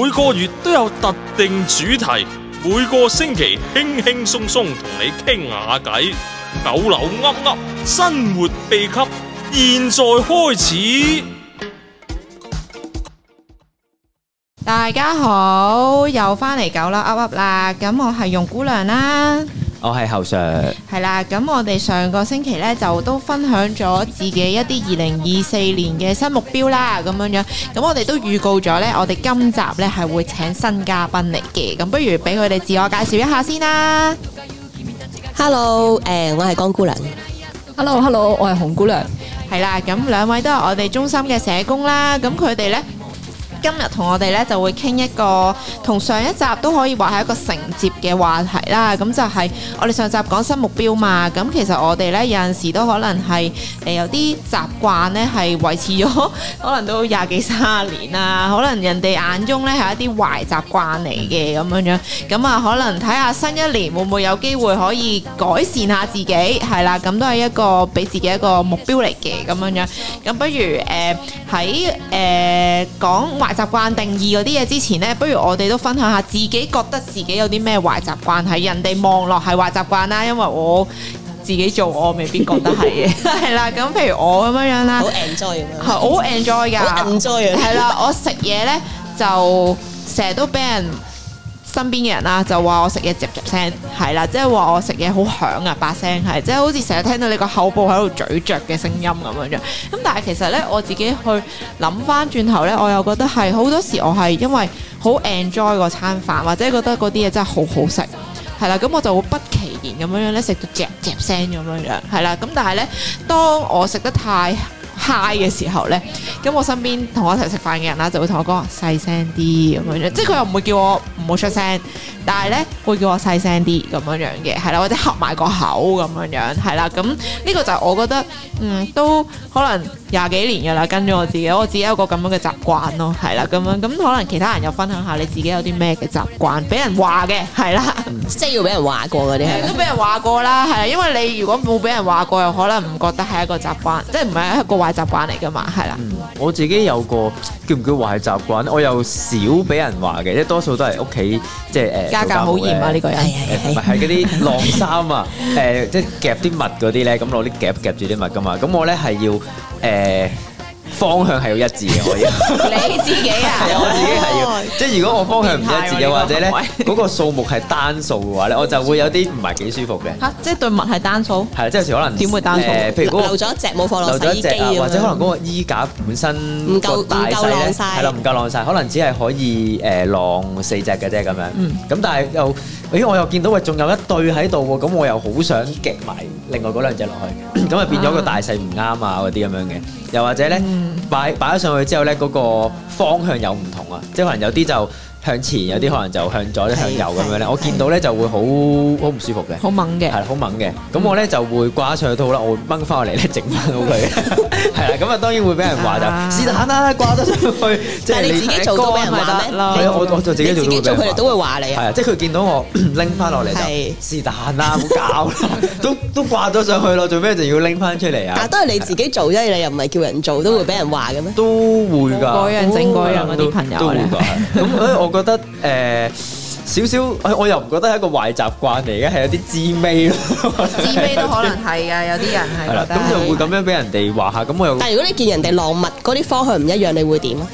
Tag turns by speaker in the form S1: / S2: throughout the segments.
S1: 每個月都有特定主題，每個星期輕輕鬆鬆同你傾下偈，九樓噏噏生活秘笈，現在開始。
S2: 大家好，又翻嚟九啦，噏噏啦，咁我係容姑娘啦，
S3: 我係侯 Sir，
S2: 係啦，咁我哋上個星期呢，就都分享咗自己一啲二零二四年嘅新目標啦，咁樣樣，咁我哋都預告咗呢，我哋今集呢係會請新嘉賓嚟嘅，咁不如俾佢哋自我介紹一下先啦。
S4: Hello，誒、我係江姑娘。
S5: Hello，Hello，我係紅姑娘。
S2: 係啦，咁兩位都係我哋中心嘅社工啦，咁佢哋呢，今日同我哋呢就會傾一個同上一集都可以話係一個承接嘅話題啦。咁就係我哋上集講新目標嘛，咁其實我哋呢，有陣時都可能係誒、呃有啲習慣呢係維持咗可能都廿幾三十年啦，可能人哋眼中呢係一啲壞習慣嚟嘅咁樣樣，咁啊可能睇下新一年會唔會有機會可以改善下自己，係啦，咁都係一個俾自己一個目標嚟嘅咁樣樣。咁不如誒喺誒講壞習慣定義嗰啲嘢之前呢，不如我哋都分享下自己覺得自己有啲咩壞習慣係人哋望落係壞習慣啦，因為我。自己做我未必覺得係嘅， 係啦。咁譬如我咁樣樣啦
S4: 好，enjoy 咁樣。
S2: 係我好 enjoy 㗎，
S4: 好 enjoy 啊
S2: 係啦，我食嘢咧就成日都俾人身邊嘅人啦，就話我食嘢嚼嚼聲，係啦，即係話我食嘢好響啊，把聲係，即係好似成日聽到你個口部喺度咀嚼嘅聲音咁樣樣。咁但係其實咧，我自己去諗翻轉頭咧，我又覺得係好多時我係因為好 enjoy 嗰餐飯，或者覺得嗰啲嘢真係好好食。係啦，咁我就會不其然咁樣樣咧食到嚼嚼聲咁樣樣，係啦，咁但係咧，當我食得太 high 嘅時候咧，咁我身邊同我一齊食飯嘅人啦，就會同我講細聲啲咁樣樣，即係佢又唔會叫我唔好出聲，但係咧會叫我細聲啲咁樣樣嘅，係啦，或者合埋個口咁樣樣，係啦，咁呢個就係我覺得嗯都可能廿幾年㗎啦，跟咗我自己，我自己有個咁樣嘅習慣咯，係啦，咁樣咁可能其他人又分享下你自己有啲咩嘅習慣，俾人話嘅係啦。
S4: 即係要俾人話過嗰啲係
S2: 都
S4: 咪？
S2: 俾人話過啦，係啊，因為你如果冇俾人話過，又可能唔覺得係一個習慣，即係唔係一個壞習慣嚟噶嘛，係啦，
S3: 我自己有個叫唔叫壞習慣，我又少俾人話嘅，即係多數都係屋企即係誒
S2: 家教好嚴
S3: à,
S2: 啊呢個
S4: 係
S2: 人，
S3: 誒唔
S4: 係
S3: 係
S4: 係。
S3: 係嗰啲晾衫啊，誒即係夾啲襪嗰啲咧，咁攞啲夾夾住啲襪噶嘛，咁我咧係要誒方向係要一致嘅，我要。
S2: 你自己 啊，
S3: 係啊，我自己係要，即係如果我方向唔一致，又或者咧嗰個數目係單數嘅話咧，我就會有啲唔係幾舒服嘅。
S2: 嚇，即係對襪係單數，
S3: 係，即係有時可能
S2: 點會單數
S3: 誒譬如嗰個
S4: 漏咗一隻冇放
S3: 漏
S4: 落
S3: 咗
S4: 洗
S3: 一
S4: 衣
S3: 隻
S4: 機
S3: 啊，
S4: 咁
S3: 或者可能
S4: 樣。
S3: 嗰個衣架本身
S4: 唔夠
S3: 個大細
S4: 唔夠
S3: 咧，
S4: 晾晒
S3: 係啦，唔夠晾晒，可能只係可以誒晾四隻嘅啫咁樣。
S4: 嗯
S3: 咁但係又，咦我又見到喂，仲有一對喺度喎，咁我又好想夾埋另外嗰兩隻落去， 咁啊變咗個大細唔啱啊嗰啲咁樣嘅，又或者咧
S4: 嗯
S3: 擺擺咗上去之後咧，嗰個方向又唔同啊，即係可能有啲就向前，有啲可能就向左，有啲向右咁樣咧。我見到咧就會好好唔舒服嘅。
S2: 好猛嘅
S3: 係，啦，好猛嘅。咁我咧就會掛上去套啦，我會掹翻落嚟咧，整翻好佢。係啦，咁啊當然會俾人話
S2: 啊
S3: 就，是但啦，掛得上去。即
S4: 但係你自己做到俾人話咩？
S2: 乾咪得啦
S3: 係啊，我我就自己
S4: 你自己做
S3: 做到會俾
S4: 佢
S3: 人
S4: 哋
S3: 話
S4: 都會話你
S3: 係
S4: 啊。
S3: 啊，即係佢見到 我拎翻落嚟
S4: 係
S3: 就，是但啦，唔 好搞啦，都都掛咗上去咯，做咩就要拎翻出嚟
S4: 但
S3: 啊
S4: 係？都係你自己做啫，你又唔係叫人做，都會俾人話嘅咩？
S3: 都會㗎，
S2: 嗰樣整嗰樣嗰啲朋友
S3: 都會
S2: 咧
S3: 㗎。係咁所以我覺得誒。ờ, 少少，我我又唔覺得係一個壞習慣嚟嘅，係有啲滋味咯。
S2: 知尾都可能係嘅，有啲人
S3: 係
S2: 係，
S3: 啦
S2: 覺
S3: 咁就會
S2: 得。
S3: 咁樣俾人哋話下，咁我又
S4: 但係如果你見人哋浪物嗰啲方向唔一樣，你會點啊？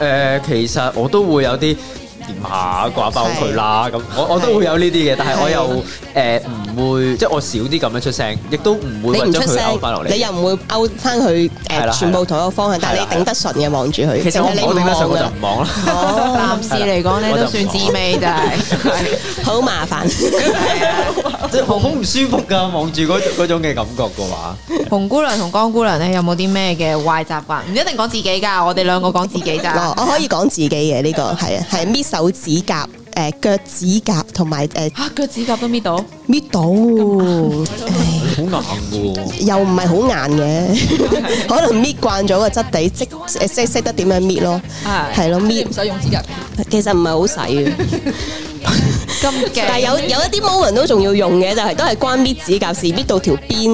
S3: 誒、其實我都會有啲掂下掛包佢啦，咁我我都會有呢啲嘅，但係我又誒唔、會，即係我少啲咁樣出聲，亦都唔會
S4: 你
S3: 話
S4: 唔
S3: 將
S4: 出
S3: 佢勾翻落
S4: 聲，你
S3: 嚟。
S4: 又唔會勾翻佢
S3: 係啦
S4: 誒，全部同一個方向，但係
S3: 係啦
S4: 你頂得順嘅望住佢。
S3: 其實
S4: 淨
S3: 我
S4: 係你
S3: 我
S4: 唔
S3: 頂得上我
S4: 望
S3: 就
S4: 㗎
S3: 唔望啦。
S2: 男士嚟講咧，
S3: 我就
S2: 都
S3: 唔
S2: 算
S3: 講
S2: 知尾真係，
S4: 好麻煩。
S3: 即係好好唔舒服㗎，望住嗰嗰種嘅感覺嘅話，
S2: 紅姑娘同江姑娘咧，有冇啲咩嘅壞習慣？唔一定講自己㗎，我哋兩個講自己咋。
S4: 哦嗱，我可以講自己嘅呢、個係啊，係搣手指甲、誒、腳趾甲同埋誒
S2: 嚇腳指甲都搣到，
S4: 搣到，唉
S3: 好硬㗎喎。
S4: 又唔係好硬嘅，可能搣慣咗個質地，即誒即係識得點樣搣咯，
S2: 係
S4: 係咯
S5: 你
S4: 搣
S5: 唔，使用指甲，
S4: 其實唔係好使嘅。
S2: 咁勁，
S4: 啊但係有有一啲 moment 都仲要用嘅，就係、都係關搣指甲事，搣到條邊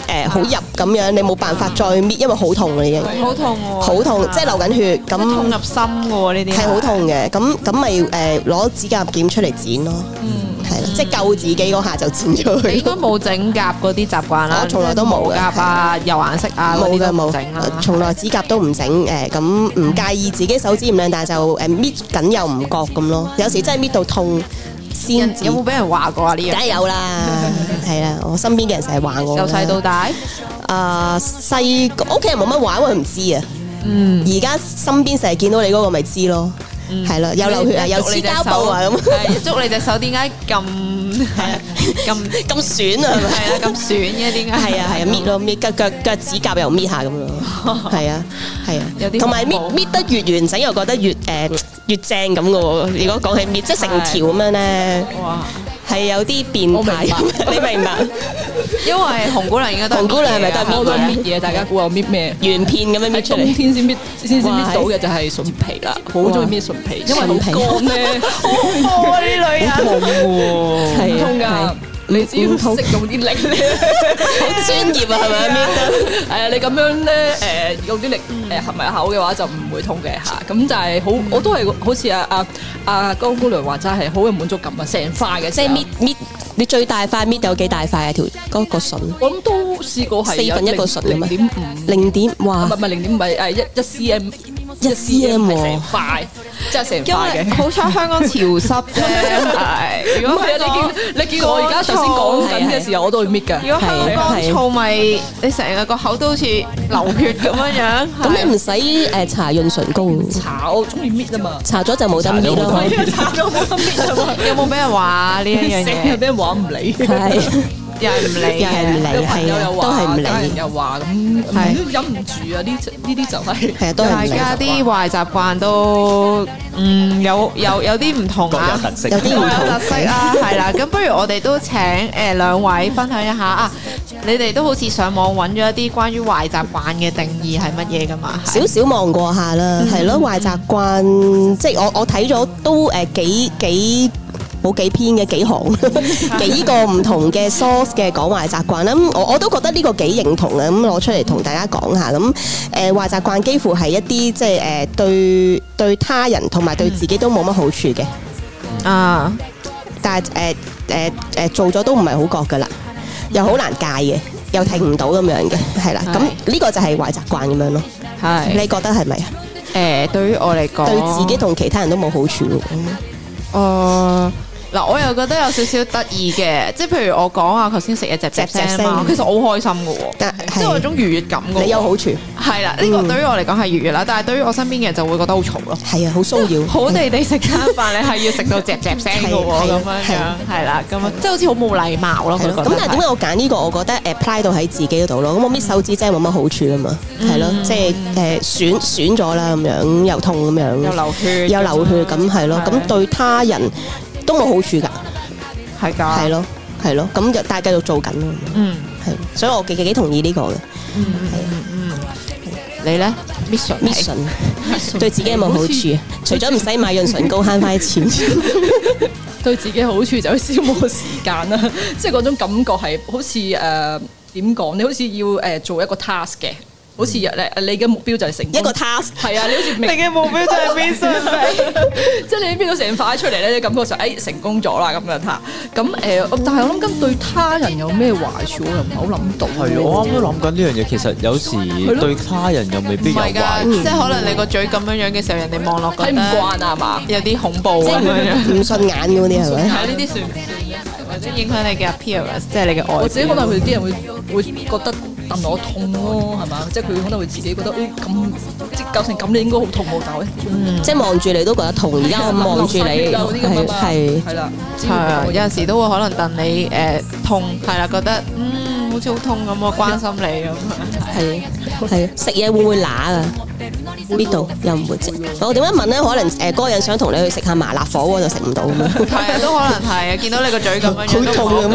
S4: 誒好、入咁樣，你冇辦法再搣，因為好痛啦已經，
S2: 好痛喎，
S4: 好痛，即係流緊血，咁
S2: 哦痛啊入心嘅喎呢啲
S4: 係好痛嘅。咁咁咪誒攞指甲剪出嚟剪咯，
S2: 嗯
S4: 係啦、即係救自己嗰下就剪咗
S2: 你
S4: 佢
S2: 應該。冇整甲嗰啲習慣啦，
S4: 我從來都冇嘅
S2: 即係甲啊、油顏色啊嗰
S4: 冇
S2: 啲
S4: 嘅
S2: 都
S4: 冇
S2: 整啦。，
S4: 從來指甲都唔整誒，咁唔介意自己手指唔靚，但係就誒搣緊又唔覺咁咯。有時真係搣到痛先
S2: 人
S4: 至，
S2: 有冇俾人話過啊呢
S4: 梗
S2: 樣？
S4: 係有 啦，係啦，我身邊嘅人成日話我啦。
S2: 由細到大，
S4: 啊細個屋企人冇乜玩，因為佢唔知啊。
S2: 嗯，
S4: 而家身邊成日見到你嗰個咪知咯，係啦，有流血啊，有黐膠布啊咁，
S2: 係捉你隻手點解咁咁
S4: 咁損啊係咪？
S2: 係啦咁損嘅點解？
S4: 係啊係啊，搣 咯搣，腳腳腳指甲又搣下 咁咯，係啊係啊
S2: 有啲，
S4: 同埋搣
S2: 恐怖
S4: 搣得越完整又覺得越誒越正咁嘅喎。如果講起搣，即係成條咁樣咧，
S2: 哇！
S4: 係有啲變態，你明白？
S2: 因為紅姑娘應該都
S4: 紅姑娘係咪都係搣
S5: 我都
S4: 嘢啊
S5: 搣嘢，大家估我搣咩？
S4: 原片咁樣搣
S5: 喺
S4: 出
S5: 冬
S4: 嚟，
S5: 天先搣，先先搣
S4: 哇
S5: 到嘅就係筍皮啦，好中意搣筍皮，因為好乾咧，
S2: 哇！呢女人
S3: 痛喎。
S5: 好
S4: 係
S5: 痛
S4: 啊
S5: 㗎。你
S2: Ừ,
S5: 只要識用啲力咧，
S4: 係好專業啊，
S2: Ờ,
S4: 係咪搣得？
S5: 係
S2: À,
S5: 啊，你咁樣咧，誒用啲力
S2: Ờ,
S5: 誒合埋口嘅話就唔會痛嘅嚇。咁就係好，我都係好似
S2: à,
S5: 阿阿阿江姑娘話齋係好有滿足感啊，成塊嘅，
S4: 即
S2: Dạ.
S4: 係搣搣，你最大塊搣有幾大塊啊？條嗰個筍
S5: 我諗都試過係
S4: 四
S2: à,
S4: 分一個
S5: 有
S4: 唇咁
S5: 零
S4: 啊
S5: 點五，
S4: 零點，
S5: 唔
S4: 哇
S5: 係！唔係零點五，係誒一一 cm
S4: 一 cm
S5: 係
S4: 喎
S5: 成塊，即係成塊
S2: 因為
S5: 嘅。
S2: 好彩香港潮 濕啫，係。如
S5: 唔
S2: 果
S5: 係啊！你見你見我而家頭先講緊嘅時候，我都會搣㗎。
S2: 如果香港乾燥咪你成日個口都好似流血咁樣樣，
S4: 咁你
S2: 係
S4: 唔使誒搽潤唇膏，
S5: 搽我中意搣啊嘛，
S4: 搽咗就冇得搣咯。
S5: 搽咗冇得搣啊嘛，
S2: 有冇俾人話呢一樣
S5: 成日
S2: 嘢？
S5: 俾人話唔理。
S4: 係，
S2: 又係唔理
S4: 又係唔
S2: 嘅，
S4: 理
S5: 有朋友又
S4: 都係
S5: 話，
S4: 唔理
S5: 家人又話咁，都忍唔住啊！呢呢 啲就係
S4: 係啊，都係
S2: 大
S4: 唔理。
S2: 家啲壞習慣都嗯有有有啲唔同
S3: 各有
S2: 啊。
S3: 特色，
S4: 有啲
S2: 各
S4: 唔
S2: 有
S4: 同
S2: 特色啊，係啦，咁不如我哋都請誒兩位分享一下啊，你哋都好似上網揾咗一啲關於壞習慣嘅定義係乜嘢噶嘛？係
S4: 少少望過下啦，係咯，壞習慣，即係我我睇咗都誒幾幾冇幾篇嘅幾行， 幾個唔同嘅 source 嘅講壞習慣啦。咁我我都覺得呢個幾認同啊嘅，咁攞出嚟同大家講下。咁誒壞習慣幾乎係一啲即係誒對對他人同埋對自己都冇乜好處嘅，
S2: 啊，
S4: 但係誒誒誒做咗都唔係好覺噶啦，又好難戒嘅，又停唔到咁樣嘅，係啦。咁呢個就係壞習慣咁樣咯。
S2: 係
S4: 你覺得係咪啊？
S2: 誒，對於我嚟講，
S4: 對自己同其他人都冇好處喎。
S2: 誒呃嗱，我又覺得有少少得意嘅，即係譬如我講啊，頭先食嘢隻隻聲啊嘛，
S4: 隻隻聲
S2: 其實我好開心嘅喎，
S4: 但
S2: 即係我有
S4: 係
S2: 種愉悅感嘅喎。
S4: 你有好處，
S2: 係啦，呢個對於我嚟講係愉悅啦，但係對於我身邊嘅人就會覺得好嘈咯。
S4: 係啊，好騷擾。
S2: 好地地食餐飯，你係要食到嚼嚼聲嘅
S4: 係
S2: 喎，
S4: 係
S2: 咁樣樣係啦，咁樣即係好似好冇禮貌咯。
S4: 係
S2: 佢
S4: 咯，
S2: 覺
S4: 咁
S2: 得
S4: 但係點解我揀呢個？我覺得 apply 到喺自己嗰度咯。咁我搣手指真係冇乜好處啊嘛，係咯，即係誒損損咗啦，咁樣又痛咁
S2: 有
S4: 樣，
S2: 流血，
S4: 又流血咁係咯。咁對他人都冇好處㗎，
S2: 係㗎，
S4: 係咯，係咯。咁就但係繼續做緊咯，
S2: 嗯
S4: 係。所以我幾幾同意呢個嘅
S2: 嗯嗯嗯嗯，你咧 mission
S4: mission，對自己有冇 好處啊？除咗唔使買潤唇膏慳翻啲錢，
S5: 對自己好處就消磨時間啦， 即係嗰種感覺係好似誒點講？你好似要誒、呃做一個 task 嘅，好似誒你嘅目標就係成功
S4: 一個 task
S5: 係啊，你好似
S2: 你
S5: 明，
S2: 嘅目標 就係 mission，
S5: 即係你邊到成塊出嚟咧，你感覺就誒、哎成功咗啦咁樣嚇。咁誒、呃但係我諗緊對他人有咩壞處，我又唔係好諗到。
S3: 係，我啱啱諗緊呢樣嘢，其實有時
S5: 咯
S3: 對他人又
S2: 唔
S3: 未必有
S2: 係㗎，
S3: 壞。
S2: 即係可能你個嘴咁樣樣嘅時候，人哋望落
S5: 睇
S2: 覺
S5: 唔慣
S2: 得
S5: 啊係嘛？
S2: 有啲恐怖
S4: 即
S2: 咁樣
S4: 係
S2: 樣。
S4: 唔唔順眼嗰啲係咪？
S2: 係呢啲算唔算或者影響你嘅 appearance，即係你嘅外
S5: 我自己可
S2: 表？
S5: 能會啲人會會覺得戥我痛咯，係嘛？即係佢可能會自己覺得誒咁、即係搞成咁，你應該好痛喎，但係我一
S4: 即係望住你都覺得痛，而
S5: dạ,
S4: 家我望住你係係
S5: 係啦，
S2: 係啊，有陣時都會可能戥你誒痛，係啦，覺得嗯好似好痛咁，我關心你咁。
S4: à. 係係食嘢會唔會乸啊？呢度又唔會食。我點解問咧？可能誒嗰個人想同你去食下麻辣火鍋就食唔到咁樣，
S2: 係啊，都可能係啊，見到你個嘴咁樣樣，
S4: 好痛啊咁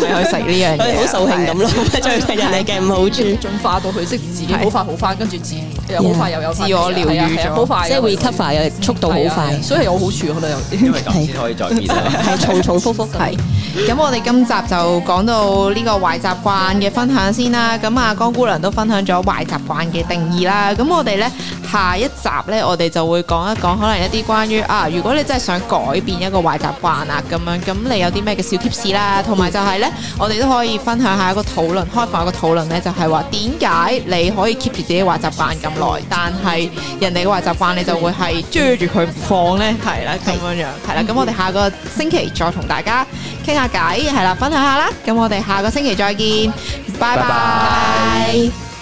S2: 咪去食呢樣嘢，啊
S4: 好掃興咁 咯，再睇人哋嘅唔好處。
S5: 進化到佢識自己
S2: 係
S5: 好快好翻，跟住自又好快又有返
S2: 自我療
S5: 係啊
S2: 愈
S5: 係啊
S2: 咗
S5: 好快
S4: 即係
S5: 又有
S4: recover 又速度好
S5: 係啊
S4: 快
S5: 係啊所以有好處可能有啲
S3: 因為咁先可以再見啦。
S4: 係重重複複咁
S2: 係。咁我哋今集就講到呢個壞習慣嘅分享先啦。咁啊，江姑娘都分享咗壞習慣嘅定義啦。咁我哋呢，下一集呢，我哋就會講一講可能一啲關於啊，如果你真係想改變一個壞習慣啊，咁樣咁你有啲咩嘅小貼士啦，同埋就係呢，我哋都可以分享下一個討論，開放一個討論呢，就係話點解你可以 keep 住自己壞習慣咁耐，但係人哋嘅壞習慣你就會係追住佢唔放呢？係啦咁樣樣，係啦。咁我哋下個星期再同大家傾下偈，係啦，分享下啦。咁我哋下個星期再見，拜
S3: 拜
S2: 拜
S3: 拜